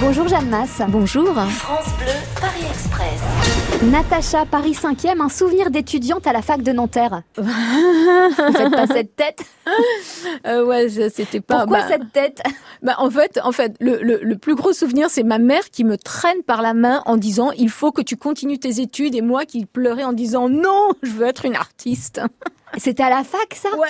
Bonjour Jeanne Masse. Bonjour. France Bleu, Paris Express. Natacha, Paris 5e, un souvenir d'étudiante à la fac de Nanterre. Vous faites pas cette tête Euh, ouais, ça, c'était pas. Pourquoi bah, cette tête bah, en fait, en fait, le, le, le plus gros souvenir, c'est ma mère qui me traîne par la main en disant il faut que tu continues tes études et moi qui pleurais en disant non, je veux être une artiste. C'était à la fac ça Ouais,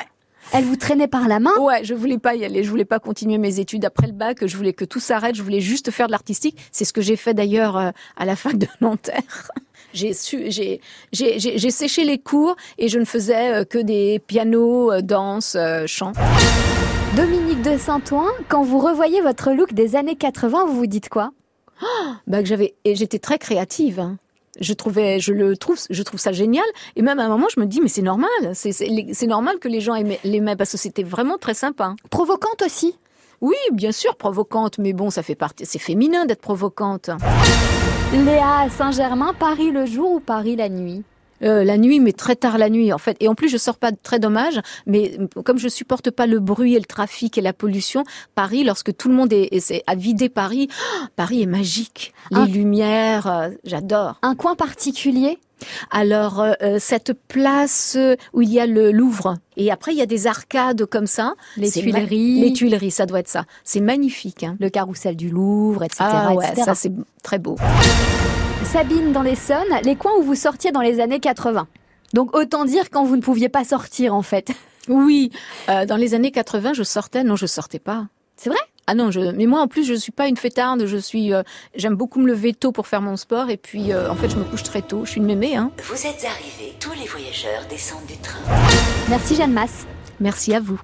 Elle vous traînait par la main ouais, je voulais pas y aller, je voulais pas continuer mes études après le bac, je voulais que tout s'arrête, je voulais juste faire de l'artistique. C'est ce que j'ai fait d'ailleurs euh, à la fac de Nanterre. J'ai su, j'ai, j'ai, j'ai, j'ai séché les cours et je ne faisais euh, que des pianos, euh, danse, euh, chant. Dominique de Saint-Ouen, quand vous revoyez votre look des années 80, vous vous dites quoi bah, que j'avais et j'étais très créative. hein. Je trouvais, je le trouve, je trouve ça génial. Et même à un moment, je me dis, mais c'est normal, c'est c'est les- c'est normal que les gens aimaient- l'aimaient parce que c'était vraiment très sympa. Provocante aussi Oui, bien sûr, provocante, mais bon, ça fait partie, c'est féminin d'être provocante. Léa à Saint-Germain, Paris le jour ou Paris la nuit Euh, la nuit, mais très tard la nuit en fait. Et en plus, je sors pas de- très dommage, mais comme je supporte pas le bruit et le trafic et la pollution, Paris, lorsque tout le monde est, est- est- a vidé Paris, oh, Paris est magique. Les Ah. lumières, euh, j'adore. Un coin particulier Alors, euh, euh, cette place euh, où il y a le Louvre, et après, il y a des arcades comme ça. Les C'est ma- Tuileries, Les Tuileries, ça doit être ça. C'est magnifique. Hein. le carrousel du Louvre, etc. Ah ouais, etc. ça c'est très beau. Sabine dans l'Essonne, les coins où vous sortiez dans les années 80. Donc autant dire quand vous ne pouviez pas sortir en fait. Oui, euh, dans les années 80, je sortais. Non, je sortais pas. C'est vrai Ah non, je, mais moi en plus, je suis pas une fêtarde. Je suis, euh, j'aime beaucoup me lever tôt pour faire mon sport, et puis euh, en fait, je me couche très tôt. Je suis une mémé. Hein. Vous êtes arrivés, tous les voyageurs descendent du train. Merci Jeanne Masse. Merci à vous.